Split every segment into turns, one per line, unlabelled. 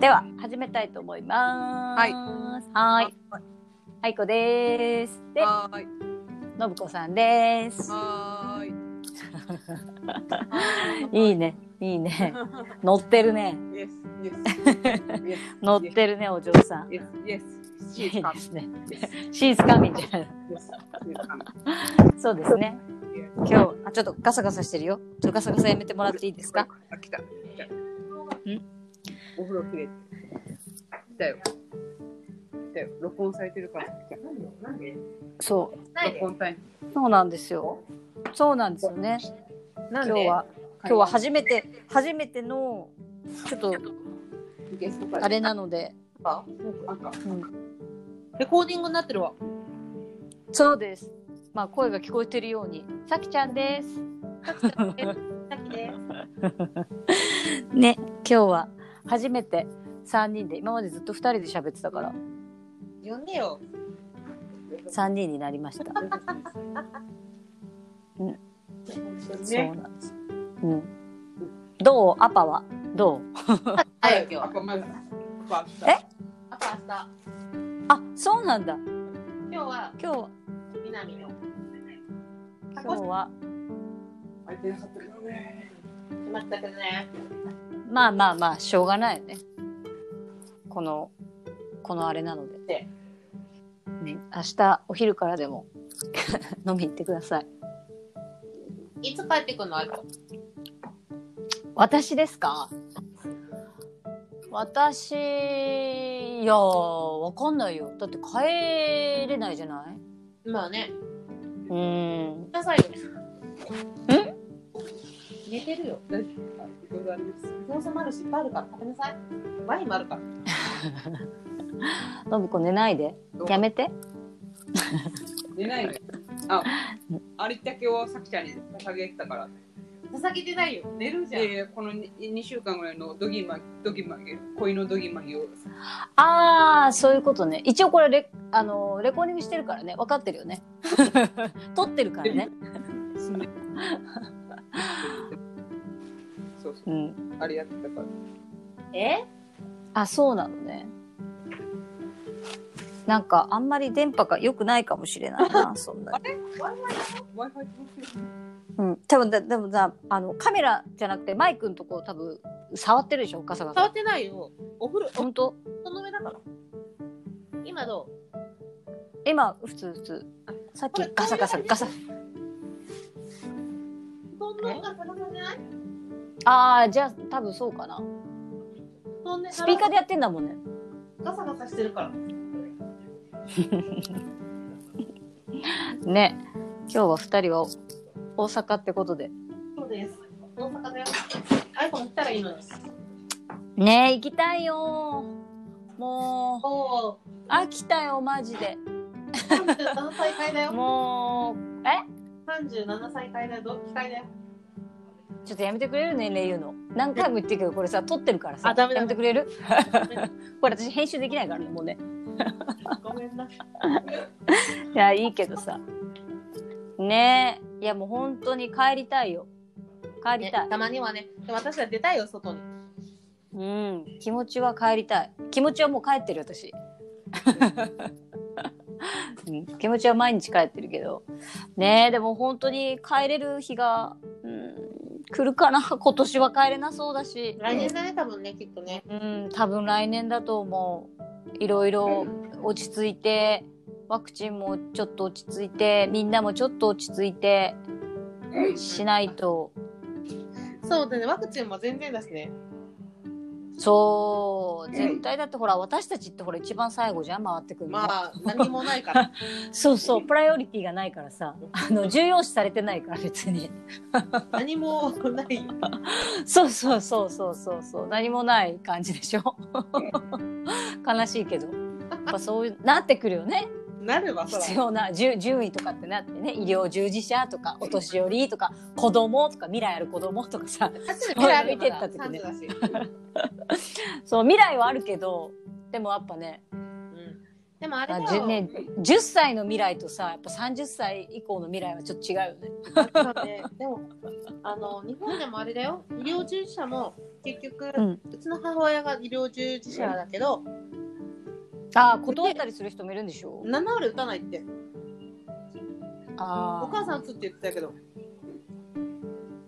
では始めたいと思います。
はい
はーい。はいこです。で、
は ーい。
信子さんです。
はーい。
いいね、いい ね。乗ってるね。
Yes, yes. Yes,
乗ってるね、お嬢さん。い
Yes, yes. She's
い
coming.
ですね。
Yes, yes.
She's coming じゃない。
She's coming.
そうですね。今日あちょっとガサガサしてるよ。ちょっとガサガサやめてもらっていいですか。
あ、来た。来たお風呂切れて。来たよ。来たよ。録音されてるから来
そう、
た。録音タイム。
そうなんですよ。そうなんですよね。
今
今日は今日は初めて初めてのちょっと
ゲスト会
あれなので、
かなんか
うん、
レコーディングになってるわ。
そうです。まあ声が聞こえてるように。さきちゃんです。
さっきね。
ね、今日は初めて3人で今までずっと2人で喋ってたから
呼んでよ。
3人になりました、うんそうなんです、うん、どうアパはどう
はい、今日。
あまず
え
あと明日、
あそうなんだ
今日は
今日は
南の
今日は
空いてなかったけどね。
全くね。
まあまあまあしょうがないよねこのこのあれなので
で、
うん、明日お昼からでも 飲み行ってください
いつ帰ってくるの？あと
私ですか私いやーわかんないよだって帰れないじゃない
まあね。
うん
なさいよね。寝てるよ。
大丈夫かいろいろあります。
餃子もあるし、いっぱいあるから食べなさい。ワインもあるから。
のびこ寝ないでやめて
出ないで。あ、ありったけをさきちゃんに捧げてたから。
捧げてないよ。寝るじゃん。
で、このに二週間ぐらいのドギマドギマギ恋のドギマギを
ああそういうことね一応これレあのーレコーディングしてるからね分かってる よね撮ってるからね
すね。そうそうう、
ん
あれやってたから。
え？
あそうなのねなんかあんまり電波が良くないかもしれないなそんなに
Wi-Fi 飛ばしてる。
うん、多分だでもさあのカメラじゃなくてマイクのとこ多分触ってるでしょガサガ
触
サ
ってないよ。お風呂、
本当
お布団の上だから。今どう？
今普通普通さっきガサガサガサ
布団の方が高さじゃない？
ああじゃあ多分そうかな
布団で
スピーカーでやってんだもんね
ガサガサしてるから。
ね今日は2人は大阪ってことで
そうです。大阪だよ。アイコン来たらいいのに。
ねえ行きたいよもう
おお。
飽きたよマジで
37歳会だよ。
もうえ
37歳会だよ。同期会だよ。
ちょっとやめてくれる年齢言うの何回も言ってるけどこれさ撮ってるからさ
あダメ
やめ
ダメ
てくれるこれ私編集できないからねもうね
ごめんな。
いやいいけどさねえいやもう本当に帰りたいよ帰りたい
たまにはね、でも私は出たいよ、外に。
うん気持ちは帰りたい気持ちはもう帰ってる私、うん、 気持ちは毎日帰ってるけどねえでも本当に帰れる日が、うん、来るかな今年は帰れなそうだし
来年だね、多分ね、きっとね。
うん多分来年だと思ういろいろ落ち着いてワクチンもちょっと落ち着いてみんなもちょっと落ち着いてしないと
そうだね、ワクチンも全然だしね。
そう絶対だってほら私たちってほら一番最後じゃん回ってくるの、
まあ、何もないから。
そうそうプライオリティがないからさあの重要視されてないから別に
何もないよ。
そうそうそうそうそうそう何もない感じでしょ悲しいけどやっぱそういうなってくるよね
なるわ、そ
必
ら。
要なじゅ順位とかってなってね医療従事者とかお年寄りとか子供とか未来ある子供とかさ
確
そう
かに
見てった時ね
30だし。
そう未来はあるけどでもやっぱね
うん。でもあれだ
あ
よ
じゅね、10歳の未来とさやっぱ30歳以降の未来はちょっと違うよね。
だってでもあの日本でもあれだよ医療従事者も結局、
う
うんちの母親が医療従事者だけど、
あー断ったりする人もいるんでしょ
7割打たないってお
あ
母さん打つって言ってたけど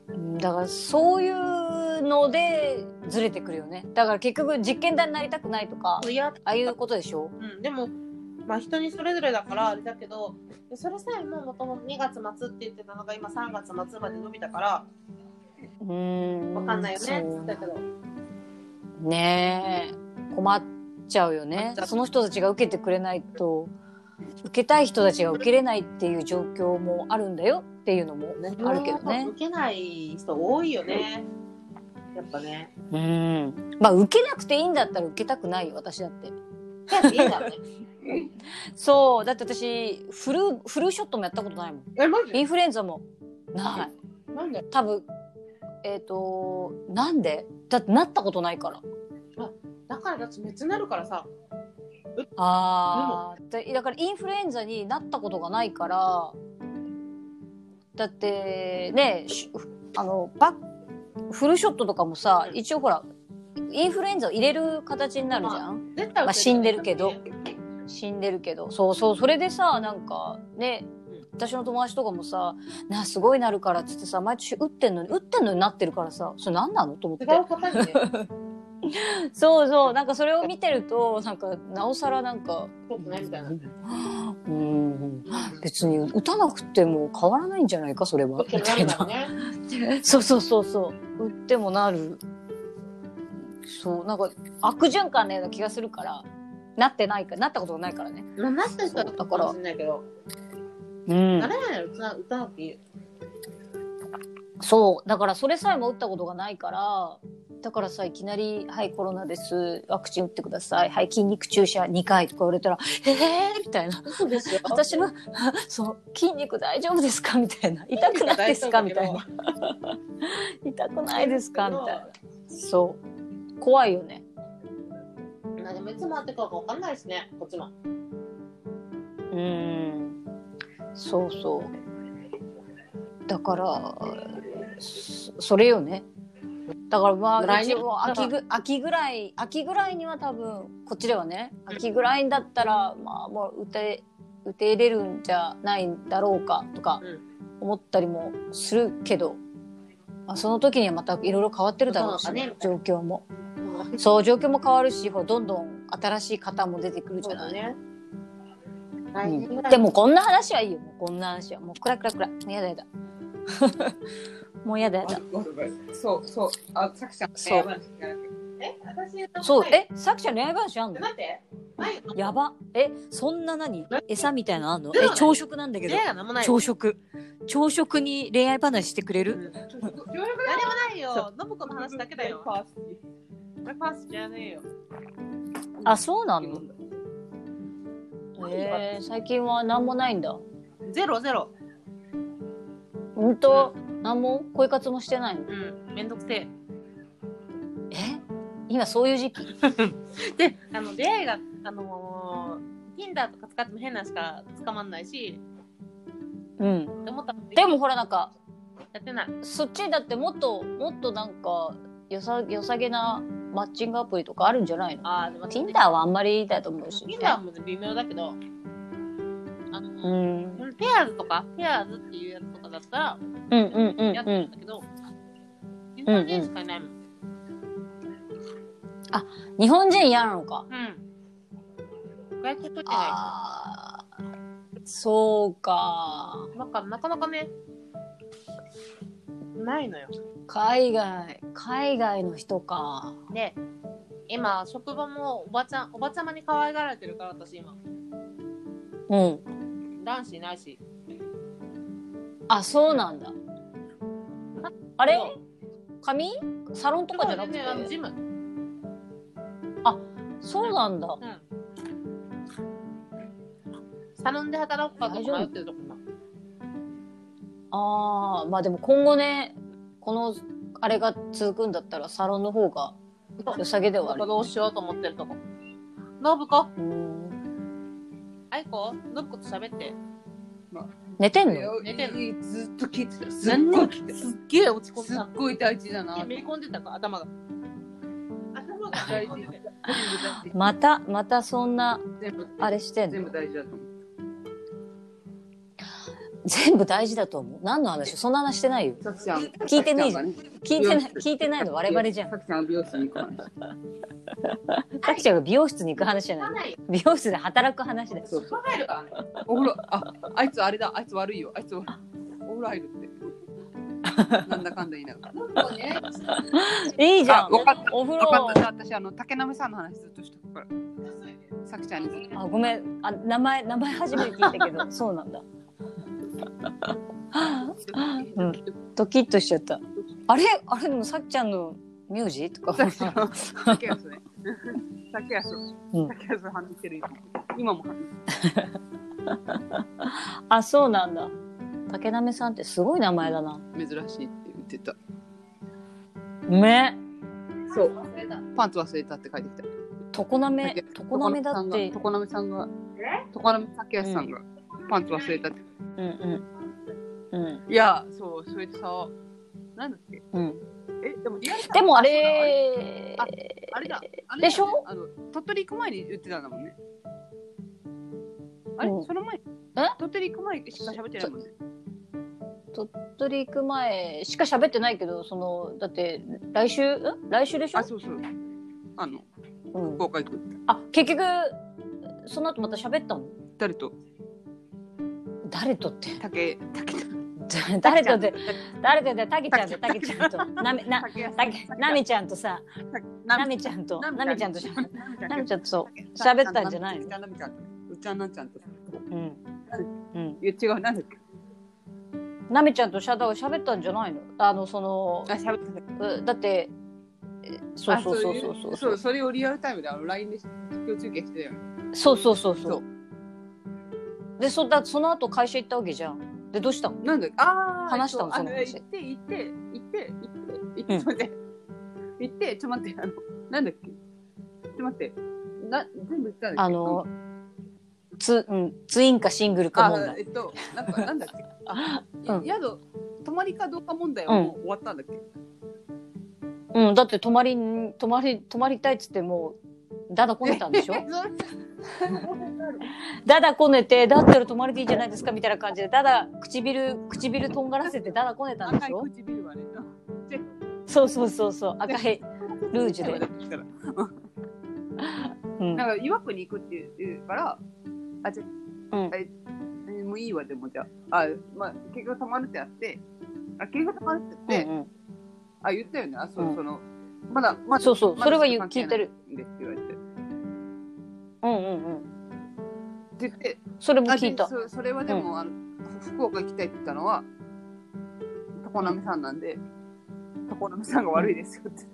ーうんだからそういうのでずれてくるよねだから結局実験台になりたくないとか
いや、
ああいうことでしょ
うん、でもまあ人にそれぞれだからあれだけどそれさえももともと2月末って言ってたのが今3月末まで伸びたから
うーん
わかんないよねっ
そ
て
う
言ったけど
ねえ困っちゃうよ
困
ね
っちゃう
その人たちが受けてくれないと受けたい人たちが受けれないっていう状況もあるんだよっていうのもあるけどね
受けない人多いよねやっぱね
うんまあ受けなくていいんだったら受けたくないよ私だって
だっていいだろうね
そうだって私フルフルショットもやったことないもん
えマジ
インフルエンザもない
なんで
多分えっ、となんでだってなったことないから
だからだって熱になるからさ
ああだからインフルエンザになったことがないからだってねしあのバッフルショットとかもさ一応ほらインフルエンザを入れる形になるじゃん、
絶対
まあ死んでるけど
受けない
死んでるけどそうそうそれでさなんかね私の友達とかもさ「なすごいなるから」っつってさ毎年打ってんのに打ってんのになってるからさ それ何なのと思って
違う方にね
そうそうなんかそれを見てるとなんかなおさらなんか
そうねみた いな
うん別に打たなくても変わらないんじゃないか それは
受け
み
な
た
る
い
から
な
ね
そうそうそうそう打ってもなるそうなんか悪循環のような気がするからなってないかなったことがないからね
まあなった人は
そうだから
もしれないけど、
うん
ならないの打たな打たなくていいよ
そうだからそれさえも打ったことがないからだからさいきなり「はいコロナですワクチン打ってくださいはい筋肉注射2回」とか言われたら「ええー」みたいな
嘘です よ。
私の「 そう筋肉大丈夫ですか?」みたいな「痛くないですか?」みたいな「痛くないですか?」みたいなそう怖いよね
な。でもいつ回ってくるかわかんないしね、こっちも。
うんそうそうだからそそれよねだからまあ
来
一
年
応秋ぐ秋ぐらい秋ぐらいには多分こっちではね秋ぐらいだったらまあもう打て打て入れるんじゃないんだろうかとか
うん
思ったりもするけど、まあ、その時にはまたいろいろ変わってるだろうし、
そうだね
状況もそう状況も変わるしほらどんどん新しい方も出てくるじ
そ
ゃな
う
い
だね。来年ぐらい
でも、こんな話はいいよ。もうこんな話は。もう暗い暗い暗い。もうやだやだ。 もうやだやだ。
そうそう。あ、さきちゃん。
そう
えーまあ聞かなくて
え、私
そう、え、さきちゃん恋愛話あんの
待って。ないの
やば。え、そんな何餌みたいなのあんの
では
え
な、い
朝食なんだけど
ね。え、なんもないよ。
朝食。朝食に恋愛話してくれる
何もないよ。信子の話だけだよ。
パース
俺パスじゃねえよ。
あ、そうなの
読んだ
えー、最近は何もないんだ。
ゼロゼロ。
ほんと、何も恋活もしてないの
うん。めんどくせえ。
え今そういう時期
で、あの、出会いが、あのー、Tinder とか使っても変なしか捕まんないし、
うん。
って思ったの
でも、ほらなんか、
やってない。
そっちだってもっと、もっとなんか、よさ、よさげなマッチングアプリとかあるんじゃないの
あー、でも
Tinder はあんまりだと思うし、ね。
Tinder も微妙だけど、あのー
うん。
ペアーズとか、ペアーズっていうやつとかだったら、
うんうんうん
やっ
う
てるん
ん。
だけど、日本人しかいないもん。
日本人嫌なのか。
うん。外国人が
ああ。そうか
い。る。なんか、なかなかね、ないのよ。
海外、海外の人か。
で、今、職場もおばちゃん、おばちゃまに可愛がられてるから、私今。
うん。
男子いないし。
あ、そうなんだ。あれ
そ
髪サロンとかじゃなくて
ね、あのジム。
そうなんだ。
うん。サロンで働くかどうか迷ってるとこ今。
ああ、まあでも今後ね、この、あれが続くんだったらサロンの方が良さげではあ
なん
る
か。どうしようと思ってるとこ。信子、
うん
あいこ、ノックと喋って。
寝てんの
よ
寝てん
ずっと聞いてた。すっ
何
ごい
も
聞いて
すっげえ落ち
た。
込ん
す
で
った
の。
ごい大事だな。
めり込んでたか、頭が。頭が
大事。
またまたそんな
全部、
あれしてん
全
の
部大事だと思う。
全部大事だと思う何の話そんな話してないよ
さきちゃん。
聞いてねえじゃ
ん。
聞いてない聞いてないの我々じゃん
さきちゃんは美容室に行かない。
さきちゃんが美容室に行く話じゃな
か
い
ないよ。
美容室で働く話だよ
そうそう。
入るからね。
お風呂、あ、あいつあれだ、あいつ悪いよ、あいつお風呂入るって。なんだかんだ言いながら。
なんかね。
いいじゃん
あわかった
お風
分
呂
かった、じゃあ私、あの、竹鍋さんの話ずっとしとくから。さきちゃんにずっと。
あごめんあ名前名前初めて聞いたけどそうなんだうんドキッとしちゃったあれあれでもさきちゃんの名字とか
さきちゃん。竹安ね。竹安。
うん
竹安反応してる今。今も反応してる。
あそうなんだ竹なめさんってすごい名前だな
珍しいって言ってた。
ね
そう。
忘れた。
パンツ忘れたって書いてきた。
常なめ常なめだって
常滑さんが、常滑竹安さんが、パンツ忘れたって。
うんうんうん
いや、そう、それでさ、なんだっけ、
うん
え、でもリアルタイム
でもあれ
あれだ、あれだよね
でしょ
あの、鳥取行く前に言ってたんだもんね。あれ、
うん
その前、
え
鳥取行く前しか喋ってないもんね。
鳥取行く前しか喋ってないけどそのだって来週ん来週でしょ
あ、そうそう。あの、
うん
福岡行くって。
あ結局その後また喋ったの
誰と、
誰と って
竹、竹、
誰とっ
で
て誰とってタケちゃんとタケちゃんとなめな
竹 安
タケなめちゃんとさなめちゃんとなめちゃんとしゃなめちゃんとそう喋ったんじゃないの
うちゃん、なめちゃんと。うちゃん、なんちゃんと。
うんうん
いや、違う、なんだっけ。
なめちゃんとシャダを喋ったんじゃないのあのその
あ、喋ってた。
うだってえそうそうそうそうそう
あそう、それをリアルタイムで、あの、LINE で実況中継してたよね。
そうそうそう
そ
そうでそだその後会社行ったわけじゃんでどうしたの
なんだっけあー
話したの
えっと
その話
あの行って、行って、行って、行って、行って、ちょっと待って。行って、ちょっと待って、あの、なんだっけちょっと待って。な、全部行ったんだっけ
あのツ,、うん、ツインかシングルか問
あ
題
えっと、なんか、なんだっけあ、
うん
宿、泊まりかどうか問題はもう終わったんだっけ、
うんだって泊まりに泊まり泊まりたいっつってもうだだこねたんでし ょだだこねてだったら泊まりでいいじゃないですかみたいな感じでだだ唇唇とんがらせてだだこねたんで
赤い
しょ
唇はね。
そうそうそうそう赤いルージュで、
で。
うん
なんか、岩国行くって言うから、あ、じゃあ、
うん
あれえもういいわ、でもじゃあ。あ、まあ、結局泊まるってやって、あ、結局泊まるってやって、
うんうん、
あ、言ったよね。あ、そう、
うん
その、まだ、まだ、
そうそう
まだ
それは言う
関係
聞いてる
ないんですって言われて。
うんうんうん
で言って、
それも
あ
聞いた
でそそれはでも、あの、福岡行きたいって言ったのは、常滑さんなんで、常滑さんが悪いですよって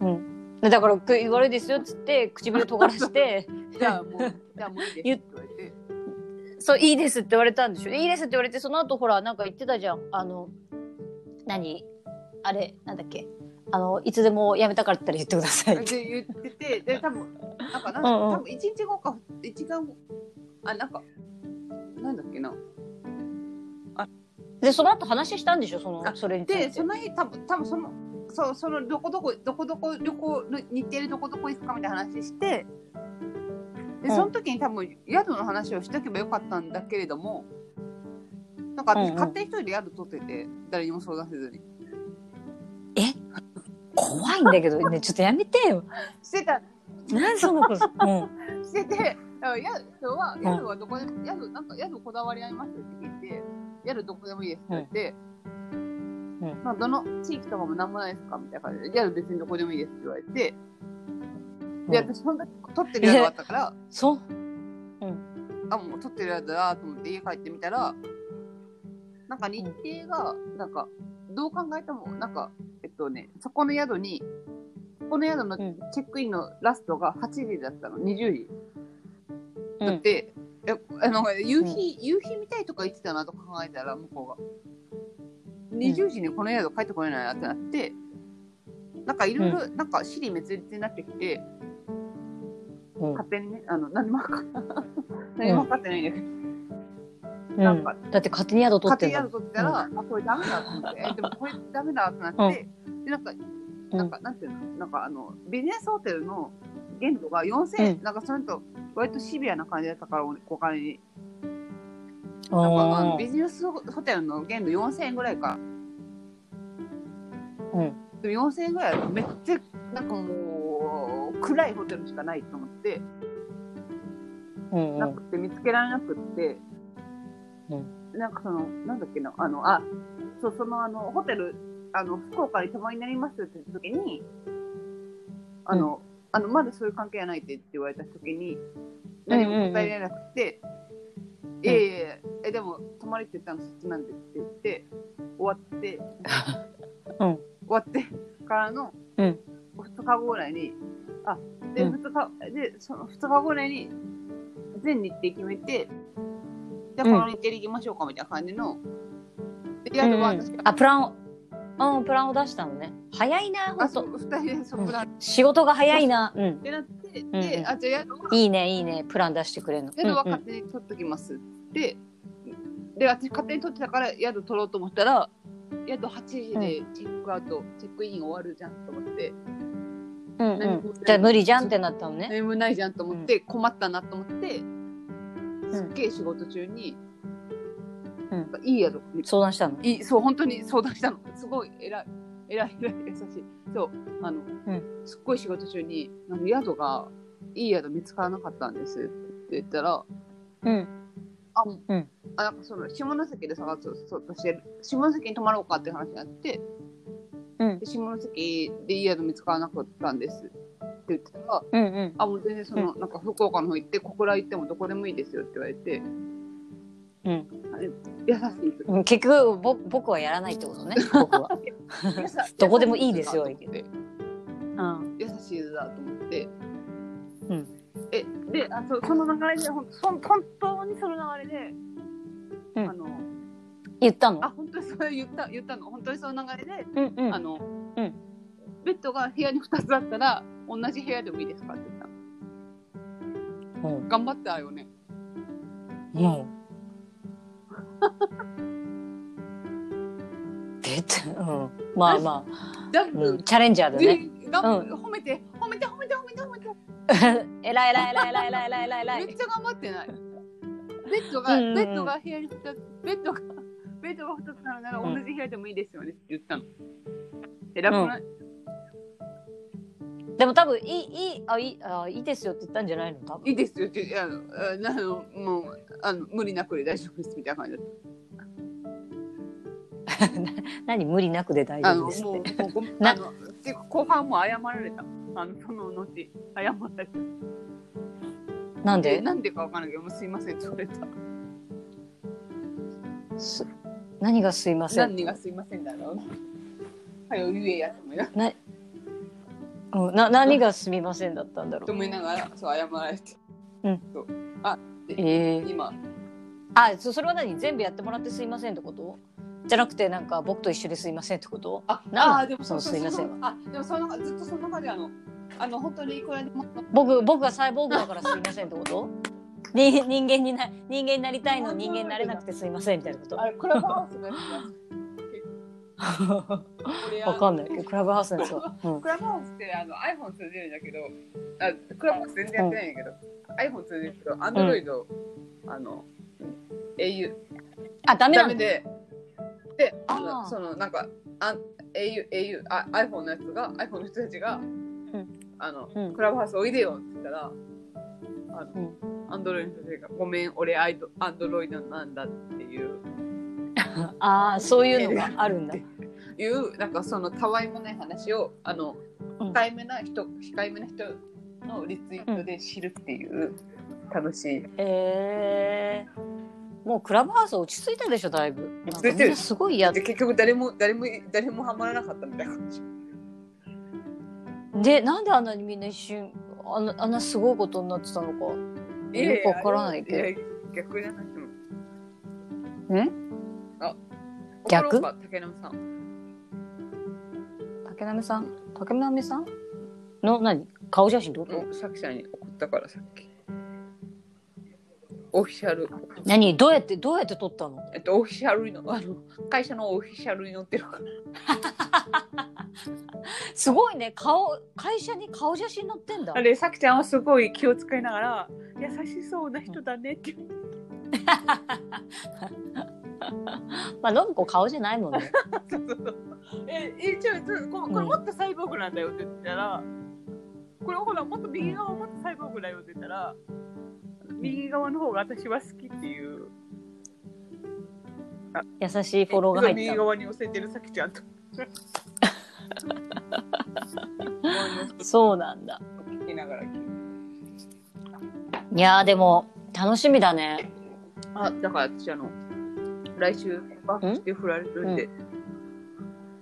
言って。
でだからく悪いですよっつって唇尖らして
じゃあもう、 じゃあもういいですって言われて。
そういいですって言われたんでしょいいですって言われてその後ほらなんか言ってたじゃんあの何あれなんだっけあのいつでも辞めたからって言ったら言ってくださいって
で言ってて、で、多分なんか、なんか、
うんうん
多分一日後か、一時間後、あ、なんか、なんだっけな。
でその後話したんでしょその
あ
それについ
で、
て
その日、多分多分その、そう、その、どこどこ、どこどこ旅行の日程でどこどこ行くかみたいな話して、
う
で、
ん
その時に多分宿の話をしとけばよかったんだけれども、なんか
うん
私、
うん
勝手に一人で宿取ってて、誰にも相談せずに。
怖いんだけど ねちょっとやめてよ
してた、
何その子う ん
してて、だから宿は、宿はどこでも、宿、なんか宿こだわりありますって聞いて、宿どこでもいいですって言って、
うんうん
まあ、どの地域とかもなんもないですかみたいな感じで、宿別にどこでもいいですって言われて、で、
うん
私、そんな撮ってる宿があったから、
そう
あ、もう撮ってる宿だと思って家帰ってみたら、なんか日程が、なんか、どう考えても、なんか、えっとね、そこの宿に、そこの宿の
うん
チェックインのラストが8時だったの、20時。
うん
だって、えあの夕日、夕日見たいとか言ってたなとか考えたら、向こうが。20時にこの宿帰ってこれないなってなって、なんかいろいろ、なんか尻滅裂になってきて、
うん
勝手にね、あの、何も分 かん何も分かってないんだけど、なんか
だって勝手に宿取っ
勝手
てんだも
に
ん
宿取ってたら、あ、これダメだと思 って、えでもこれダメだってなって、で、なんか、なんか、なんていうのなんかあの、ビジネスホテルの限度が4000円、
うん
なんかそれと、割とシビアな感じだったから、おお金に。
あ
なんかあ
ー
のビジネスホテルの限度4000円ぐらいか。
うん
でも4000円ぐらいだとめっちゃ、なんかもう、暗いホテルしかないと思って、
うんう
なんくて見つけられなくって、
う
なんかその、なんだっけな、あの、あ、そう、そのあの、ホテル、あの、福岡に泊まりになりますって時に、あの、あの、まだそういう関係はないってって言われた時に、何も答えられなくて、いやいやいやえ、でも、泊まりって言ったのそっちなんでって言って、終わって、
うん
終わってからの、
うん
2日後ぐらいに、あ、で、
うん
2日、で、その2日後ぐらいに、全日程決めて、じゃあこの日程で行きましょうかみたいな感じの、で宿は
うん
確か
あプランをうんプランを出したのね早いな本
あそ
当
う2人でそこだっ
仕事が早いなうん
てなって、
ん
で、
うん
あ、じゃあ宿は、
いいねいいねプラン出してくれるの
宿は
うんうん
勝手に取っときますって、で、私勝手に取ってたから宿取ろうと思ったら、宿8時でチェックアウト、チェックイン終わるじゃんと思って、
うん
何
う
も
ん、じゃあ無理じゃんってなったのね。
何もないじゃんと思って、困ったなと思って、すっげえ仕事中に、
うん
なんかいい宿見
相談したの。
いいそう本当に相談したのすごい偉い偉い偉い優しいそうあの、
ん
すっごい仕事中にあの宿がいい宿見つからなかったんですって言ったら
うん。
あ、もう
うん
あなんかその下関で探そうとしてる下関に泊まろうかって話になって
うん
で。下関でいい宿見つからなかったんですって言ってたら
うんうん。
あもう全然その、なんか福岡の方行って小倉行ってもどこでもいいですよって言われて
うん
優しい
うん。結局、ぼ、僕はやらないってこと ね。僕は。
優し
どこでもいいですよ
優しなと思って
うん。
優しいだと思って、
うん
えであそその流れでほんそん本当にその流れで、
うん
あの
言ったの
あ。本当にそれ言った言ったの本当にその流れで、
うんう
あ
ん。
の、
うん
ベッドが部屋に2つあったら同じ部屋でもいいですかって言ったの
うん
頑張ったよね
もう。出て、うん。まあま
ジャン
あ、
プ、
うん、チャレンジャーだ
ぜ
ね。
ひ頑張褒めて褒めて褒めて褒めて褒めて
えらいえらいえらいえらいえらいえらいえらいえら
めっ
い。
ちゃ頑張っ てないベッドが、
うんうんうん
ベッドが部屋に2つベッドがベッドが2つあるなら
う
同
ん
じ部屋でもいいですよねって言ったの偉くない、
でも多分、いい、いい、あ、いい、あ、いいですよって言ったんじゃないの多分。
いいですよっていやあのあなあのもうあの無理なくで大丈夫ですみたいな感じだっ
何無理なくで大
たあ
丈
の
夫
も
です
う
って。
もうごめ ん
な
あのてか後半も謝られたあのその後謝られた
なんで
なんでかわからないけどもうすいません取れた
す何がすいません
何がすいませんだろうはよ言えやと思いな
うんな何がすみませんだったんだろ
と
う。
思いながらそう謝られて
うん
そう
ええ
今
あそそれは何全部やってもらってすいませんってことじゃなくてなんか僕と一緒ですいませんってこと
あ、
なんな
あ
ん
でも
そのすいません。
あ、でもそのずっとその中であのあの本当にいくらでも
僕僕がサイボーグだからすいませんってこと に人間にな人間になりたい のに人間になれなくてすいませんみたいなこと
あれクラブハウスのやつ だ。
わかんないけどクラブハウスのやつ は、うん
クラブハウスってあの iPhone 通じるんだけど、あクラブハウス全然やってないんだけど、iPhone 通じるけど Android、あの au
あダメな
ダ
ん
メ
だ
で。で、あ
あー
のそのなんかあ au au あ iPhone のやつが iPhone の人たちが、あの、
うん
クラブハウスおいでよって言ったら、あの、アンドロイドの人たちがごめん俺アイドアンドロイドなんだっていう
ああそういうのがあるんだ
いうなんかそのたわいもない話をあの
うん
控えめな人控えめな人のリツイートで知るっていう楽しい。
えー、もうクラブハウス落ち着いたでしょだいぶ
落
なん
ち着いて
か
る
みんなすごいやっ
で結局誰も誰も誰もハマらなかったみたいな感じ。
でなんであんなにみんな一瞬あんなあんなすごいことになってたのかよくわからないけど
やや逆じゃないでも
ん
怒ろ
逆
うか竹野さん。
竹波さん竹波さんの何顔写真ってこと、
の作者に怒っったからさっき。オフィシャル。
何どうやってどうやって撮ったの
えっと、オフィシャルの、あの、会社のオフィシャルに載ってるから。
すごいね顔会社に顔写真載ってんだ
あれ、さきちゃんはすごい気を使いながら、優しそうな人だねって。
まあ信子顔じゃないもん ね
え、え、ちょ、ちょここれもっとサイボーグなんだよって言ったら、これほら、もっと右側もっとサイボーグだよって言ったら、右側の方が私は好きっていう、
優しいフォローが入
右
った
側に寄せてるさきちゃ んと。
そうなんだ
聞きながら聞いて
いやーでも楽しみだね
あ、だから私あの、来週告白して振られるんで、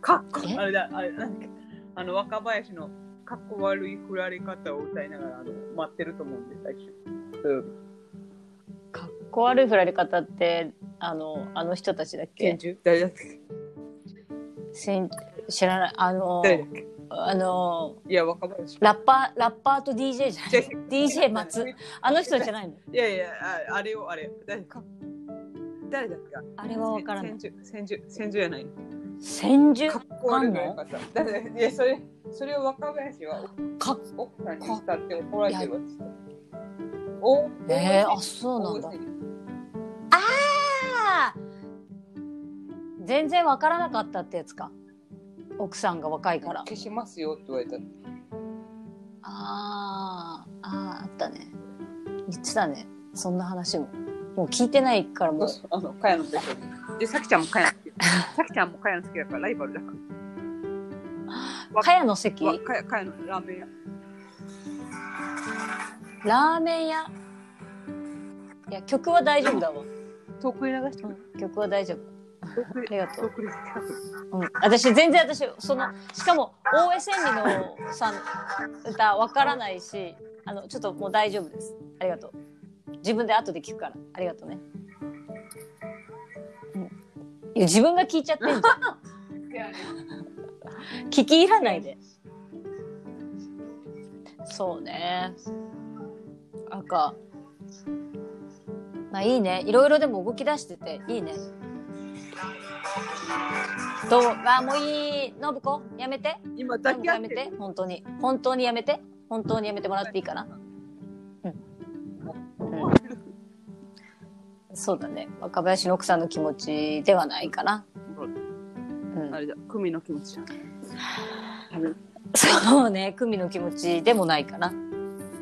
かっこ
え、
あれだ、あれなんだっけ、あの若林のかっこ悪い振られ方を歌いながらあの待ってると思うんで、来週。うん、
かっこ悪い振られ方ってあのあの人たちだっ
拳
け
銃誰だっけ
せん知らないあの
誰だっけ
あの
いや、若林。
ラッパーラッパーと DJ じゃ
違
な
う
い DJ 松
い
あの人じゃないの
やいや、ああれをあれ、誰か。誰だっけあ
あれはわからない
千住、千住、千住やない。
千住
かっこ悪いのよかった。だっていや、それ、それを若林は
か
奥さんに言ったって怒られてるわっつって。お
えー、あそうなんだあー全然わからなかったってやつか奥さんが若いから
消しますよって言われた。
あーあーあったね言ってたねそんな話ももう聞いてないからもう
あの、かやのと一緒に。で、さきちゃんもかやの好き。さきちゃんもかやの好きだから、ライバルだかわ
茅の席
ら。わかや、かやのラーメン屋。
ラーメン屋いや曲は大丈夫だわ、
遠くに流して
う
くれ。
ん、曲は大丈夫
遠くに
ありがとう
遠くに流してく
うん、私全然私そのしかも大江千里のさん歌わからないしあのちょっともう大丈夫ですありがとう自分で後で聞くからありがとうね、うん、いや自分が聞いちゃってんじ
れ。
ゃん聞き入らないでそうねなんかまあいいねいろいろでも動き出してていいねどうあもういい信子やめて
今、抱
何
き
か
合
や
っ
め
て
て
る。
本当に本当にやめて本当にやめてもらっていいかなそうだね若林の奥さんの気持ちではないかな、うん
あれだ、組の気持ちだ。あれ
そうね久美の気持ちでもないかな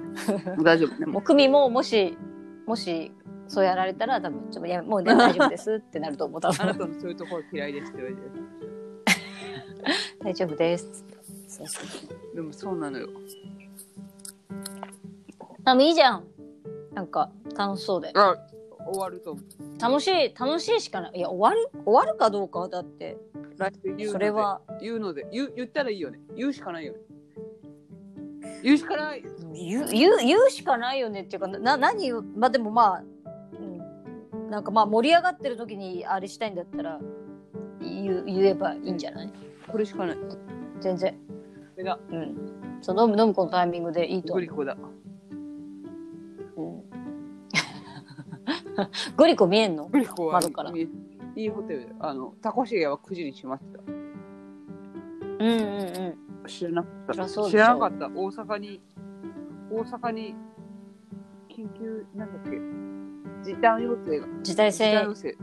大丈夫ね。も
もう久美ももしもしそうやられたら多分ちょっとやもう、ね、大丈夫ですってなると 思う多
う、あな
分
たのそういうところ嫌いですって言われて。
大丈夫ですそうそう
でも、そうなのよ。
でもいいじゃんなんか楽しそうで
あ、終わると思う。
楽しい楽しいしかないいや終わる終わるかどうかはだって
来週言うので
それは
言うので言う言ったらいいよね言うしかないよね言うしかない
言う言う言うしかないよねっていうかな何をまあでもまあ、うん、なんかまあ盛り上がってる時にあれしたいんだったら言う言えばいいんじゃない
これしかない
全然
これだ
うんその飲む飲む子のタイミングでいいと
グ
思
リコだ
う、うん グリコ見えんの
グリコは
窓から
いいいいホテルだよあのタコシゲは9時にしました
うんうんうん
知らなかっ
そり
た
ゃそうでしょ
知らなかった大阪に大阪に緊急なんだっけ時短要請が
時代
時短要
性
請知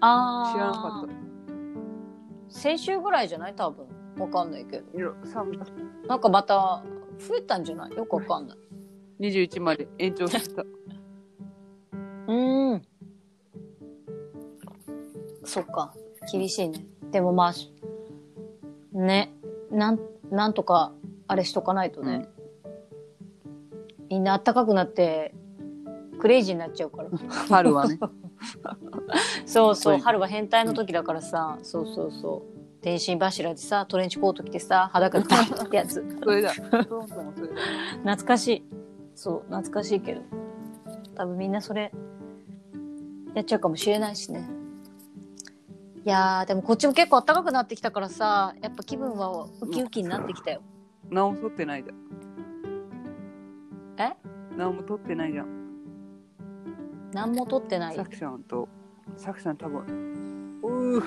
ああ
らなかった
先週ぐらいじゃない多分わかんないけど
いろ3月
なんかまた増えたんじゃないよくわかんない
21まで延長した
うん。そっか。厳しいね。でもまあし、ね、なん、なんとか、あれしとかないとね。みんな暖かくなって、クレイジーになっちゃうから。
春はね
そう
そ
そうう、
ね
春は変態の時だからさ、そうそうそう。電信柱でさ、トレンチコート着てさ、裸でパッってやつ。
それだトロントもそれだ
懐かしい。そう、懐かしいけど。多分みんなそれ、やっちゃうかもしれないしね。いやー、でもこっちも結構暖かくなってきたからさ、やっぱ気分はウキウキになってきたよ。
直そってないだ
え
何も撮ってないじゃん。
何も取ってない
さ。きさんと、さきさん多分。うう。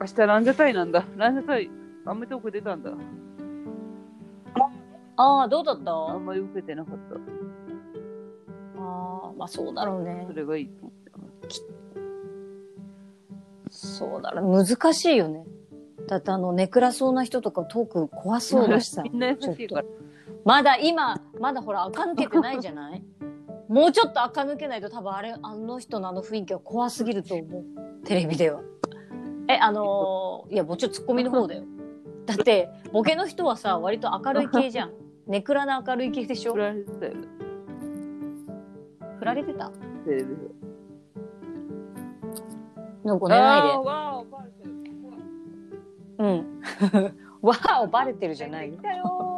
明日ランジャタイなんだ。ランジャタイ、アメトーク出たんだ。
ああ、どうだった
あ
あ
んまり受けてなかった。
あ、まあそうだろうね
そ。れがいいと思って。
そうだろう。難しいよね。だってあの、ネクラそうな人とかトーク怖そうだしさ
み。んな優しいから。
まだ今、まだほら、垢抜けてないじゃない もうちょっと垢抜けないと多分あれ、あの人のあの雰囲気は怖すぎると思う。テレビでは。え、あのーいや、もうちょっとツッコミの方 だよ。だって、ボケの人はさ、割と明るい系じ ゃん。ネクラな明るい系でしょ
振られてたよ。
振られてた
テレビで。
なんか
あ
寝ない
ーわーバレてる
で。うん。 わーお、バレてるじゃない
帰ってきたよ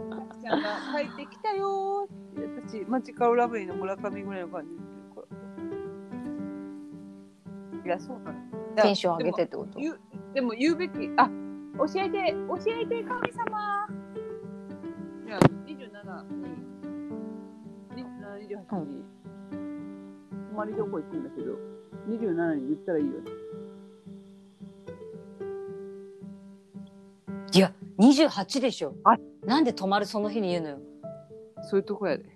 ー。さきちゃんが帰ってきたよー。私、マジカルラブリーの村上ぐらいの感じで言ってるから。いや、そうなの。
テンション上げてってこと
言うでも言うべきあ教えて教えて神様いや27に2728に泊まりどこ行くんだけど27に言ったらいいよね
いや、28でしょ
あ。
なんで泊まるその日に言うのよ。
そういうとこやで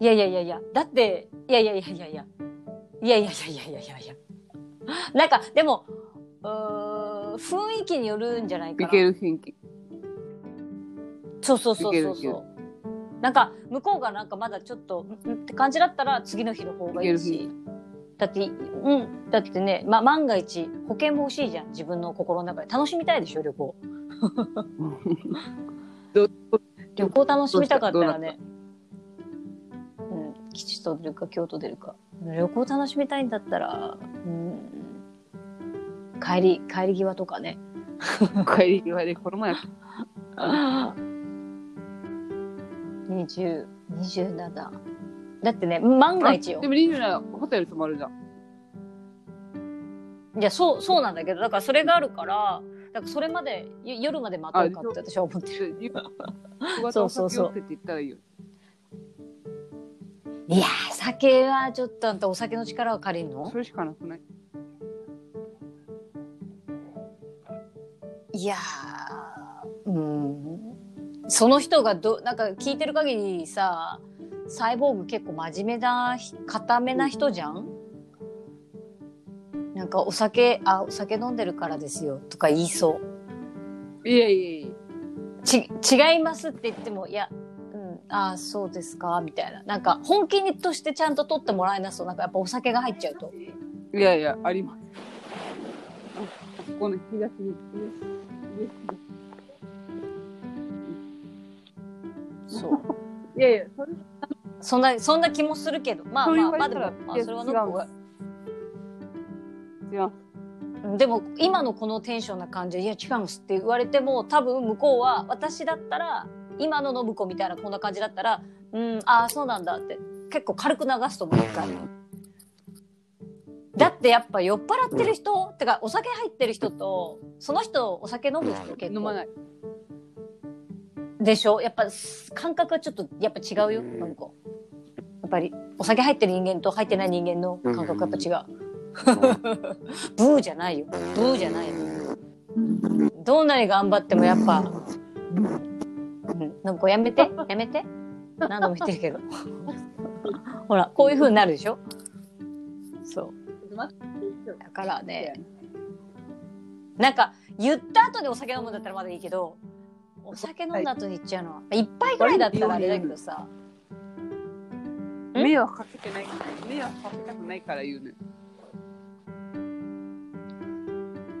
いやいやいやいや、だって、いやいやいやいやいや。いやいやいやいやいやいやいや。なんか、でも、うーん雰囲気によるんじゃないか
い
な。
ける雰囲気
そうそうそうそう
いけるいけ
そう。
る
なんか、向こうがなんかまだちょっと、んんって感じだったら次の日の方がいい
いけ
し。だって、うん、だってね、ま、万が一、保険も欲しいじゃん。自分の心の中で。楽しみたいでしょ、旅行。
ど
旅行楽しみたかったら
どうな
ね。うん、吉と出るか京都出るか。旅行楽しみたいんだったら、うん、帰り、帰り際とかね。
帰り際でこの前
20、27。だってね、万が一よ
で。も27ホテル泊まるじ ゃん
いや、そう、そうなんだけど、だからそれがあるから、だからそれまで、よ夜まで待とうかって私は思ってる。
で夕
そ
方
うそう
お酒
そう
をってって言ったらいいよ
いやー、酒はちょっとあんたお酒の力は借りるの
それしかなくない
いやー、うん。その人がど、なんか聞いてる限りさ、サイボーグ結構真面目な、固めな人じゃんなんかお酒、あ、お酒飲んでるからですよ、とか言いそう。
いやいやいや
ち違いますって言ってもいや、うん、ああそうですかみたいななんか本気にとしてちゃんと取ってもらえなそうなんかやっぱお酒が入っちゃうと
いやいや、あります。あ、ここの引き出しに。引
そう
き出しにいやいや、それ、
そんなそんな気もするけどまあ
そう言
まあ
わ
まあ
れ
で
た
も
ら、
ま
い
あ
や
それは
違
なん
うわ
か
違う。
うんでも今のこのテンションな感じで「いや違うんです」って言われても多分向こうは私だったら今の信子みたいなこんな感じだったら「うんああそうなんだ」って結構軽く流すと思う一回だってやっぱ酔っ払ってる人てかお酒入ってる人とその人お酒飲む人結構
飲まない。
でしょやっぱす感覚はちょっとやっぱ違うよ、なんか。やっぱりお酒入ってる人間と入ってない人間の感覚やっぱ違う。ブーじゃないよ。ブーじゃないよ。どんなに頑張ってもやっぱ、うん、なんかやめて、やめて。何度も言ってるけど。ほら、こういう風になるでしょそう。だからね、なんか言った後にお酒飲むんだったらまだいいけど、お酒飲んだ後に行っちゃうのは、一杯ぐらいだったらあれだけどさ、
迷惑かけてない。迷惑かけたくないから言うね。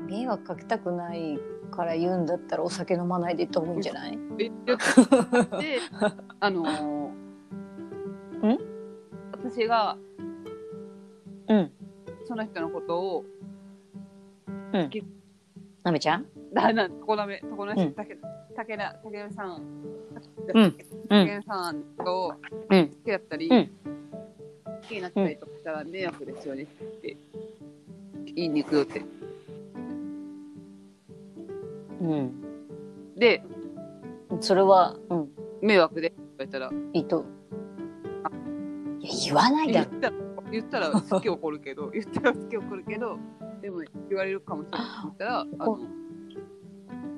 迷惑かけたくないから言うんだったらお酒飲まないでと思うんじゃない
え、ちょっとで、あのー。
ん
私が
うん。
その人のことを、
なめちゃん
だなん、とこなめ、とこな
う
し、
ん
たけ、たけな、たけなさん。
うんう
た
ん
けなさんと、
うん
好きだったり、
うん
好きになったりとかしたら迷惑ですよねって言いに行くよって。
うん。
で、
それは、うん、
迷惑でって言われたら、
いいと。いや、言わないだ
言っ
ろ。
たら、言ったら好き怒るけど、 言ったら好き怒るけど、でも言われるかもしれないって言ったら、あの、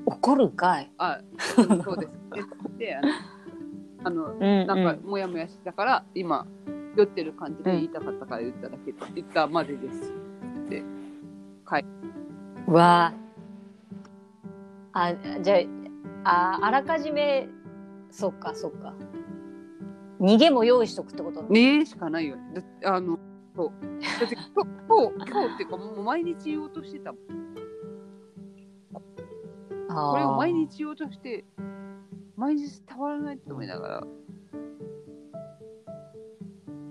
怒るんかい。
あ、そうです。で、あの、あの
うん
なんか、もやもやしてたから、今、酔ってる感じで言いたかったから言っただけ、言ったまでです。
わあ。あ、じゃあ、ああらかじめ、そっか、そっか。逃げも用意しとくってことね。
ねえしかないよね。だってあの、そう。だって 今日、今日、今日っていうか、もう毎日言おうとしてたもん。これを
あ
毎
ー
日言おうとして、毎日たまらないって思いながら、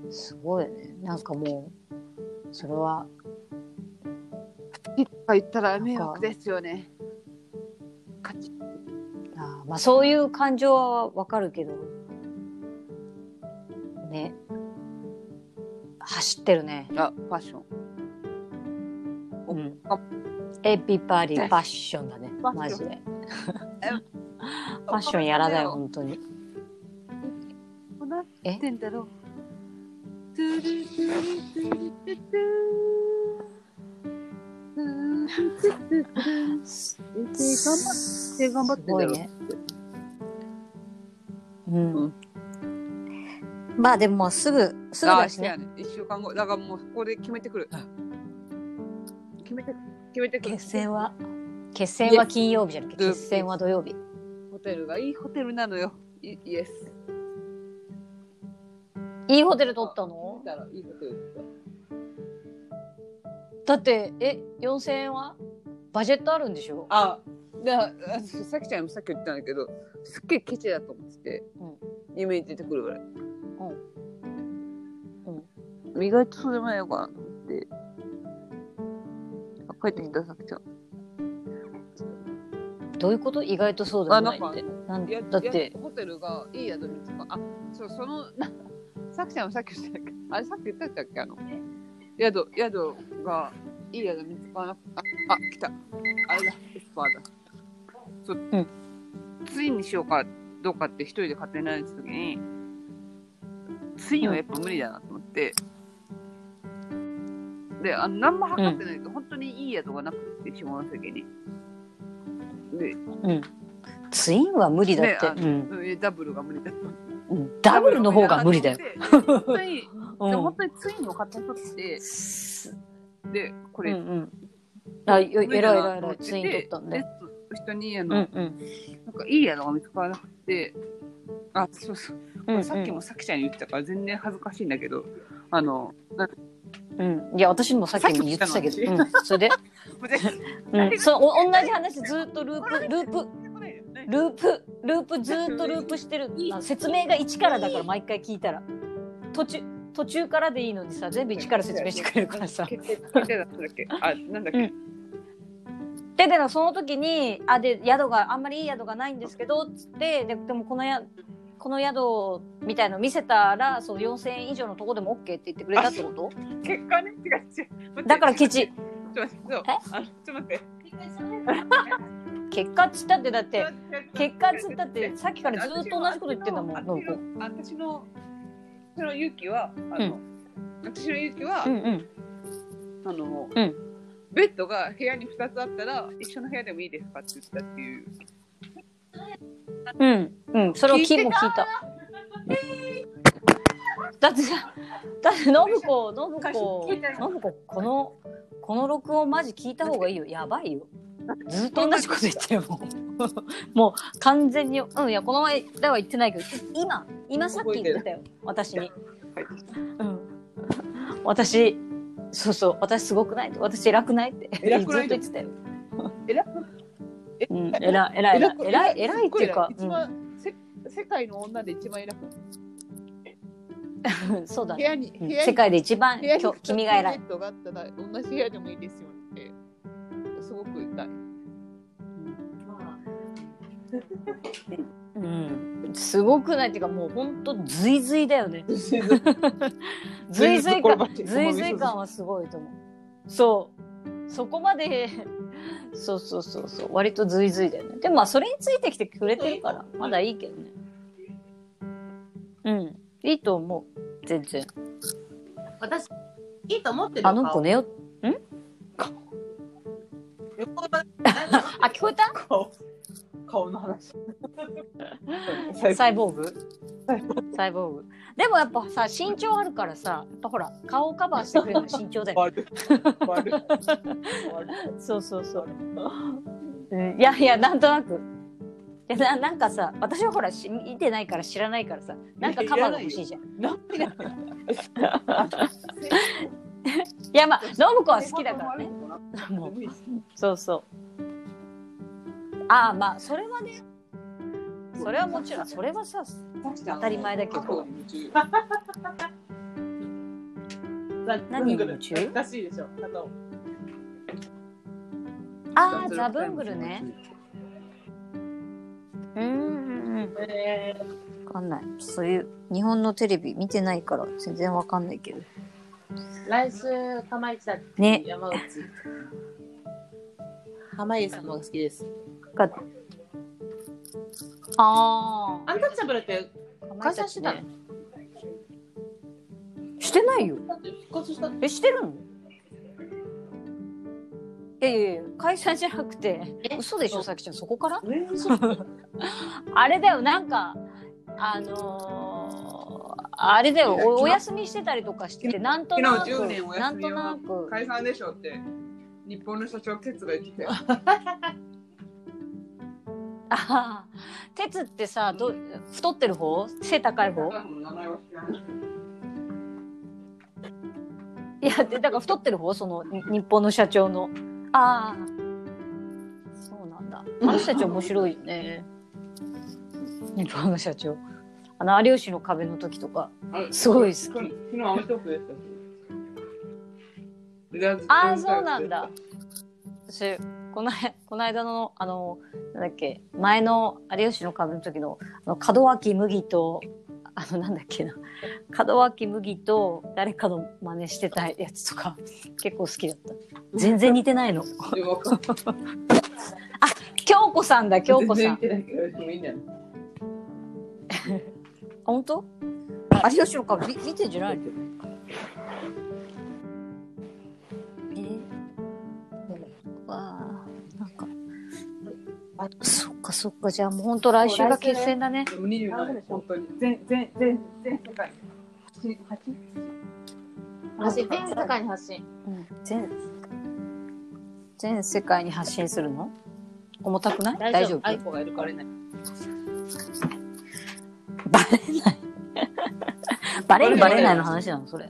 すごいね。なんかもう、それは、
結果言ったら迷惑ですよね。カチッ
あーまあそういう感情はわかるけど、ね。走ってるね。
あ、ファッション。
うん
あ。
エビバリーパッションだね。
パッション
マジで。
え
パッションやらだよ、本当に。
こうなってんだろう。トゥルトゥルトゥルトゥルトゥルトゥルトゥルトゥルトゥル
す
え頑張って
ごいね。うん。まあでももうすぐ、すぐ
あ
で
あ、
す
そうや
ね。
ね。一週間後。だからもうここで決めてくる。決めてくる。決めてくる。
決戦は、決戦は金曜日じゃなくて、
Yes.
決戦は土曜日。
ホテルがいいホテルなのよ。イイエス。
いいホテル取ったの
見たらいいホテルだっ
だって、え、4000円はバジェットあるんでしょ
た。あ、だからあさきちゃんもさっき言ってたんだけど、すっげえケチだと思ってて、夢に出てくるぐらい。うん。意外とそうでもないのかなと思って。あ、帰ってきた、さきちゃん。
どういうこと意外とそうだよない
あ
って。なん
いや
だって
いや、ホテルがいい宿見つかあそうそのなさきちゃんもさっき言ったっけあれさっき言ったっけあの宿宿がいい宿見つからなくああ来たあれだエスパーだそう、
うん
ツインにしようかどうかって一人で勝手に悩んでた時にツインはやっぱ無理だなと思って、であの何も測ってないけど、本当にいい宿がなくて下関にで
うん。ツインは無理だって。
ねあ
うん
うんダブルが無理だった
うんダブルの方が無理だよ。
本当に、
うん
で本当にツインを買った人って、で、
う
こ
ん
れ、
うん。あ、よ偉
無
い
理だ
偉
な
偉
いと思
い。ツイン取ったんだ
で。人に、あ
う
の、
んうん。
なんかいい宿が見つからなくて、あ、そうそう。
うんうん
さっきもさきちゃんに言ってたから全然恥ずかしいんだけど、あの、なんか
うん、いや私にもさっきも言ってたけど、
さっきも
うん、それで、
全然
うん、そうお同じ話ずーっとループループループループずーっとループしてるあ説明が一からだから毎回聞いたら途中途中からでいいのにさ全部一から説明してくれるから さ
決定決定だったんだっけあ、なんだっけ、
うんででもその時にあで宿があんまりいい宿がないんですけどっつってででもこのやこの宿みたいの見せたらそう4,000円以上のとこでも OK って言ってくれたってこと
結果ね、違う違う待って。
だからケチ
ちょっと待って、そう
え
あのちょっと待って。
結果っつったってだって結果っつったっ
え
てさっきからずーっと同じこと言ってんだ もん
私の私の私の勇気はあの、私の勇気は、
うんうん
あの、
うん
ベッドが部屋に2つあったら一緒の部屋でもいいですかって言ったっていう
うん、うん、それをキーも聞いた。だってさ、だって信子、 信子、
聞いてない
信子、この、この録音マジ聞いた方がいいよ。やばいよ。ずっと同じこと言ってる もうもう完全に、うん、いや、この前では言ってないけど、今、今さっき言ってたよ。私に。うん。私、そうそう、私すごくないって、私偉くないって、ず
偉
っ
く
と
な
言
い
っ
で
て
も
たよ。
えら
うん、偉い、偉い、偉い、偉い、偉いっていうか、
一番せ世界の女で一番偉くない
うん、そうだ
部
ね。
屋に部
うん
屋に
世界で一番
部屋に
きょ君が偉
二
い
つ。ベッドがあったら同じ部屋でもいいですよってすごく痛い
うん、すごくないっていうかもうほんとずいずいだよね。ずいずい感ずいずい感はすごいと思う。そうそこまでそうそうそうそう割とずいずいだよねでもまあそれについてきてくれてるからまだいいけどねうんいいと思う全然
私、いいと思ってるよ
あの子。寝よ
顔横から
あ聞こえた
顔顔の話。
サイボーグサイボーグでもやっぱさ身長あるからさやっぱほら顔をカバーしてくれるのは身長だよ
悪い。悪い。悪
そうそうそう
い。
うんいやいやなんとなくいやななんかさ私はほらし見てないから知らないからさなんかカバーが欲しいじゃんい
なんでだ よ
やまあ信子は好きだからね。もう
悪い
そうそうああまあそれはねそれはもちろんそれはさ
当
たり前だけど何に夢中
懐かしいでしょ。片方
ああザブングルね。うーん
えー
分かんないそういう日本のテレビ見てないから全然わかんないけど
来週、かまいちゃんと
ね
山内。濱家さんの方が好きです。
あ
アンタッチャブルって
あ
解散してたの
してないよ
だって復活したって
えしてるのいやいやいや解散じゃなくて
え
嘘でしょさきちゃんそこから
嘘
あれだよなんかあのー、あれだよおお休みしてたりとかしててなんとなく
昨日10年お
な
休
ん
み
と
を
なく
解散でしょって日本の社長ケツが言ってたよ
あー 鉄ってさどう太ってる方背高い方
名前は知らない
いやでだから太ってる方そのに日本の社長のああそうなんだあの社長面白いよ ね日本の社長あの有吉の壁の時とか
あれ
すごい好き
昨日アメトークでしたしレジャーズ
ああそうなんだ私この間この間のあのなんだっけ前の有吉の壁の時のあの門脇麦とあのなんだっけな門脇麦と誰かの真似してたやつとか結構好きだった全然似てないの
いやわかんない
京子さんだ京子
全然
さ
言
ん
ってないけどでもいいんじゃない
本当有吉の顔見見てんじゃないの、えー、わあなんかそっかそっかじゃあもう本当来週が決戦だね
でも27本当に全全全全世界8
私、全世界に発信。
うん全全世界に発信するの重たくない大丈夫
アイコがいるからね。
バレない バレるバレないの話なのそれ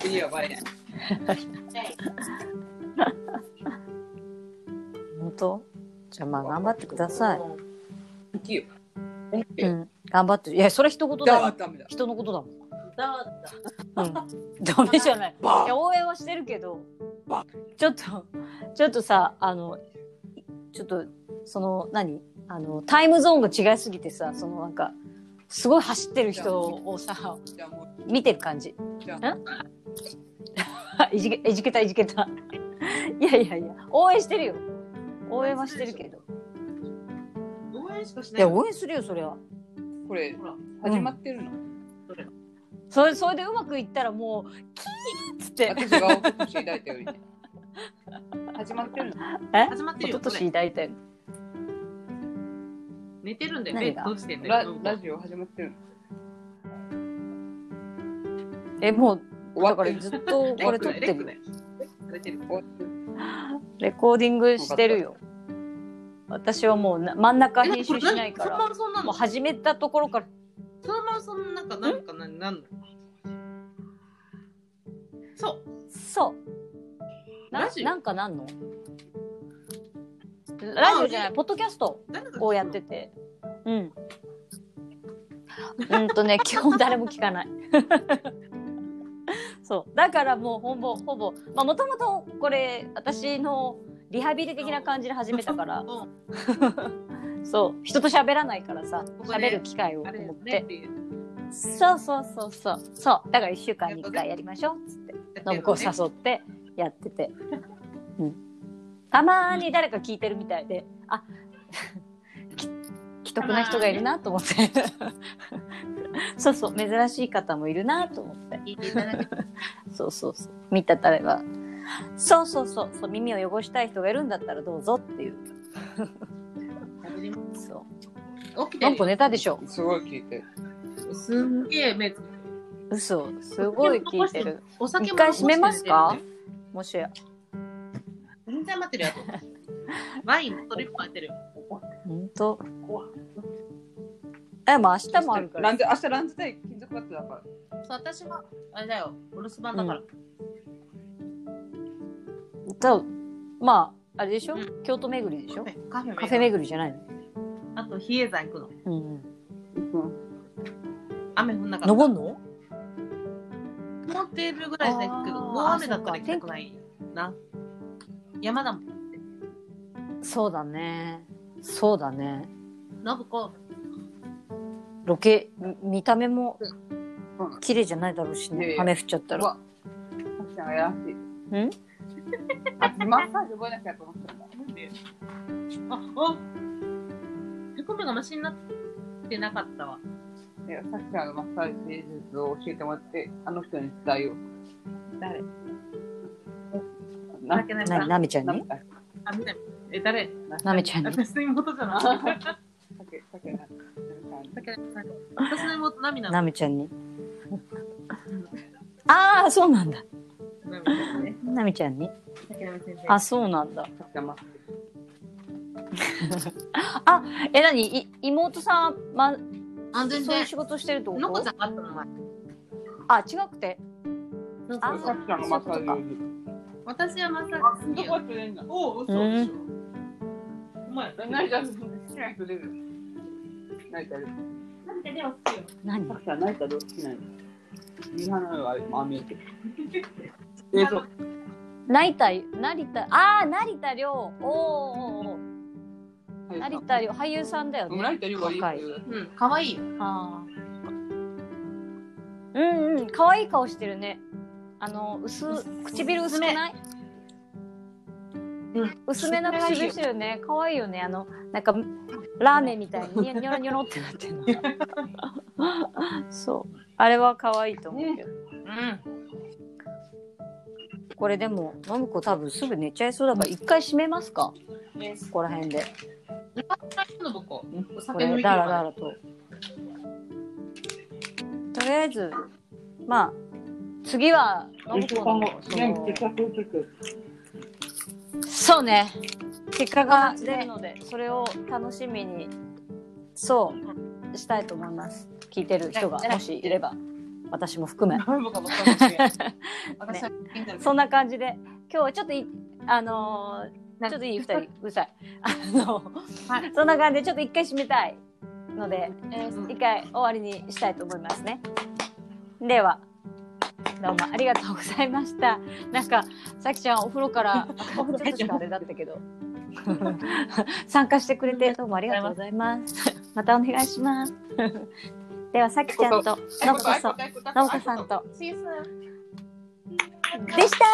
次はバレない
本当じゃあまあ頑張ってください、
好きよ
う
え
ん、頑張っていやそれ一言だ
だ
よ
ダメだ
人のことだもん
だだ
うん、 ダメじゃない。いや応援はしてるけど
バ、
ちょっと、ちょっとさ、あの、いちょっと、その、何あの、タイムゾーンが違いすぎてさ、そのなんか、すごい走ってる人をさ、
じゃあもう
見てる感じ。
じゃ
ん いじけ、いじけた、いじけた。 いやいやいや、応援してるよ。応援はしてるけど。
応援しかし
い
ない。
や、応援するよ、それは。
これ
ほら
始まってるの
それ、それでうまくいったらもう、キーッつって、
私が大きく抱いたよりね始まってるの
え
始まって
一
るよ
昨。年抱いたよ。
寝てるんだよ。
何
ベッ
が
ド落ちてんだ
ラ
よ。
ラジオ始まってるの
え、もう、
終
だか
わって
ら
る
ずっとこれ撮ってるよ。
終わってる
レコーディングしてるよ。私はもうな真ん中編集しないから、
そのままそんな
もう
の
始めたところから、
そのままそんな、なんか、なんか、なんなんのそう。
そう。な
ラジオ
なんかなんのラジオじゃない、
い。
ポッドキャスト
誰が聞くの
をやってて。うん。うん とね、基本誰も聞かない。 そう。だからもうほぼ、ほぼ、まあもともとこれ、私のリハビリ的な感じで始めたから、
う
そう、人と喋らないからさ、
ここね
喋る機会を
ん。
と
あれだ
思
よ
って
ね。。っていう
そうそうそうそうそうだから1週間に1回やりましょうっつって
やってるのね
信子を誘ってやってて、うん、たまに誰か聞いてるみたいで、あ、き既得な人がいるなと思 って。そうそう、珍しい方もいるなと思って。
聞いていただけ
そうそうそう。見たたれば。そうそうそうそう、耳を汚したい人がいるんだったらどうぞっていう。そう。
起きて
なん
る
か
よ
寝たでしょ。
すごい聞いてる。
すんげえ目つ
嘘。すごい聞いてる。。
お酒
一
も
回
残して
閉めますか
寝てるね
もしや。
全然 待ってるやつ。ワイントリップ入ってるよ。
ほんと。え、もう明日もあるか
ラ
ら
ン。ジ明日ランジで金属バットだから。
そう私はあれだよ、お留守番だから。
そう。まあ、あれでしょ
うん
京都巡りでしょ
カフェ
カフェ巡りじゃないの。
あと比叡山行くの。
うんうん。
うん。
雨降んなかった。
登んの
思ってるぐらいですけど、
あー
もう雨だったら行きたくないな。山だもん。
そうだね。そうだね。
信子、
ロケ、み見た目も
うん
綺麗じゃないだろうし
いやい
ね。
や
雨降っちゃったら。
わさきちゃんがやらしい。
ん
あ、マッサージ覚えなきゃと思ってたんだ。
なんであ、あ手首がマシになってなかったわ。
いやさきちゃんがマッサージ施術を教えてもらって、あの人に伝えよう。
誰
な
だ、けない
な、
か
なめちゃん
な
に
んか、
あ、みなみ。え、誰
なめちゃんに。
私の妹じゃない。
さき、さきな、なんか、
だけど 私の妹、なみなの。
なめちゃんに。ああ、そうなんだ。
なみなのね。
なみちゃんに。
さきなみ先生。
あ、そうなんだ。
さきちゃんマッサージ。
え、なに、い妹さん、ま、
あ、全
そういう
然。
仕事してるってこ
のこち
と
ゃんがあったの前。
あ、違くて。
そう
あ
そ
さ
ー
うそう
きちゃんがマッサージ施術。
私はまさ
あ、
に
どこやってれんだ。
おお、
嘘でしょ
お前、
ないじゃん、好きな人出 る。泣いたる。
なんででも好きよ。
何
さきちゃん泣いたど好きなんリハのあれ、まあ、見えて。え、そう。
成田、成田、ああ、成田亮。おーおーおー成田亮、俳優さんだよね。
泣いたりはいい
若い
けど
うん、可愛いよ。
あーうんうん、可愛い顔してるね。あの、薄、唇薄くない
うん
薄めな唇してるよね。可愛いよね。あの、なんか、ラーメンみたいにニョニョロニョロってなってるの。 そう。あれは可愛いと思うけど。
うん。
これでも、のむこ多分すぐ寝ちゃいそうだから、一回閉めますか
ね、
ここら辺で。
の僕をお
こ
酒飲
れ、
み
だらだらと。とりあえず、まあ、次は、のむこの、そのそうね。結果が出るので、それを楽しみに、そう、したいと思います。聞いてる人が、もしいれば、私も含め。
僕は僕は
私は
ピンクの
そんな感じで、今日はちょっとい、あのーちょっといい二 人、うるさい。あの、
はい
そんな感じで、ちょっと一回締めたいので、え
うん
ー一回終わりにしたいと思いますね。では、どうもありがとうございました。なんか、さきちゃんお風呂 から、ちょっとしかあれだったけど、参加してくれて、どうもありがとうございます。またお願いします。では、さきちゃんと、のぶこさん、のぶこさんと、
シーズン
でした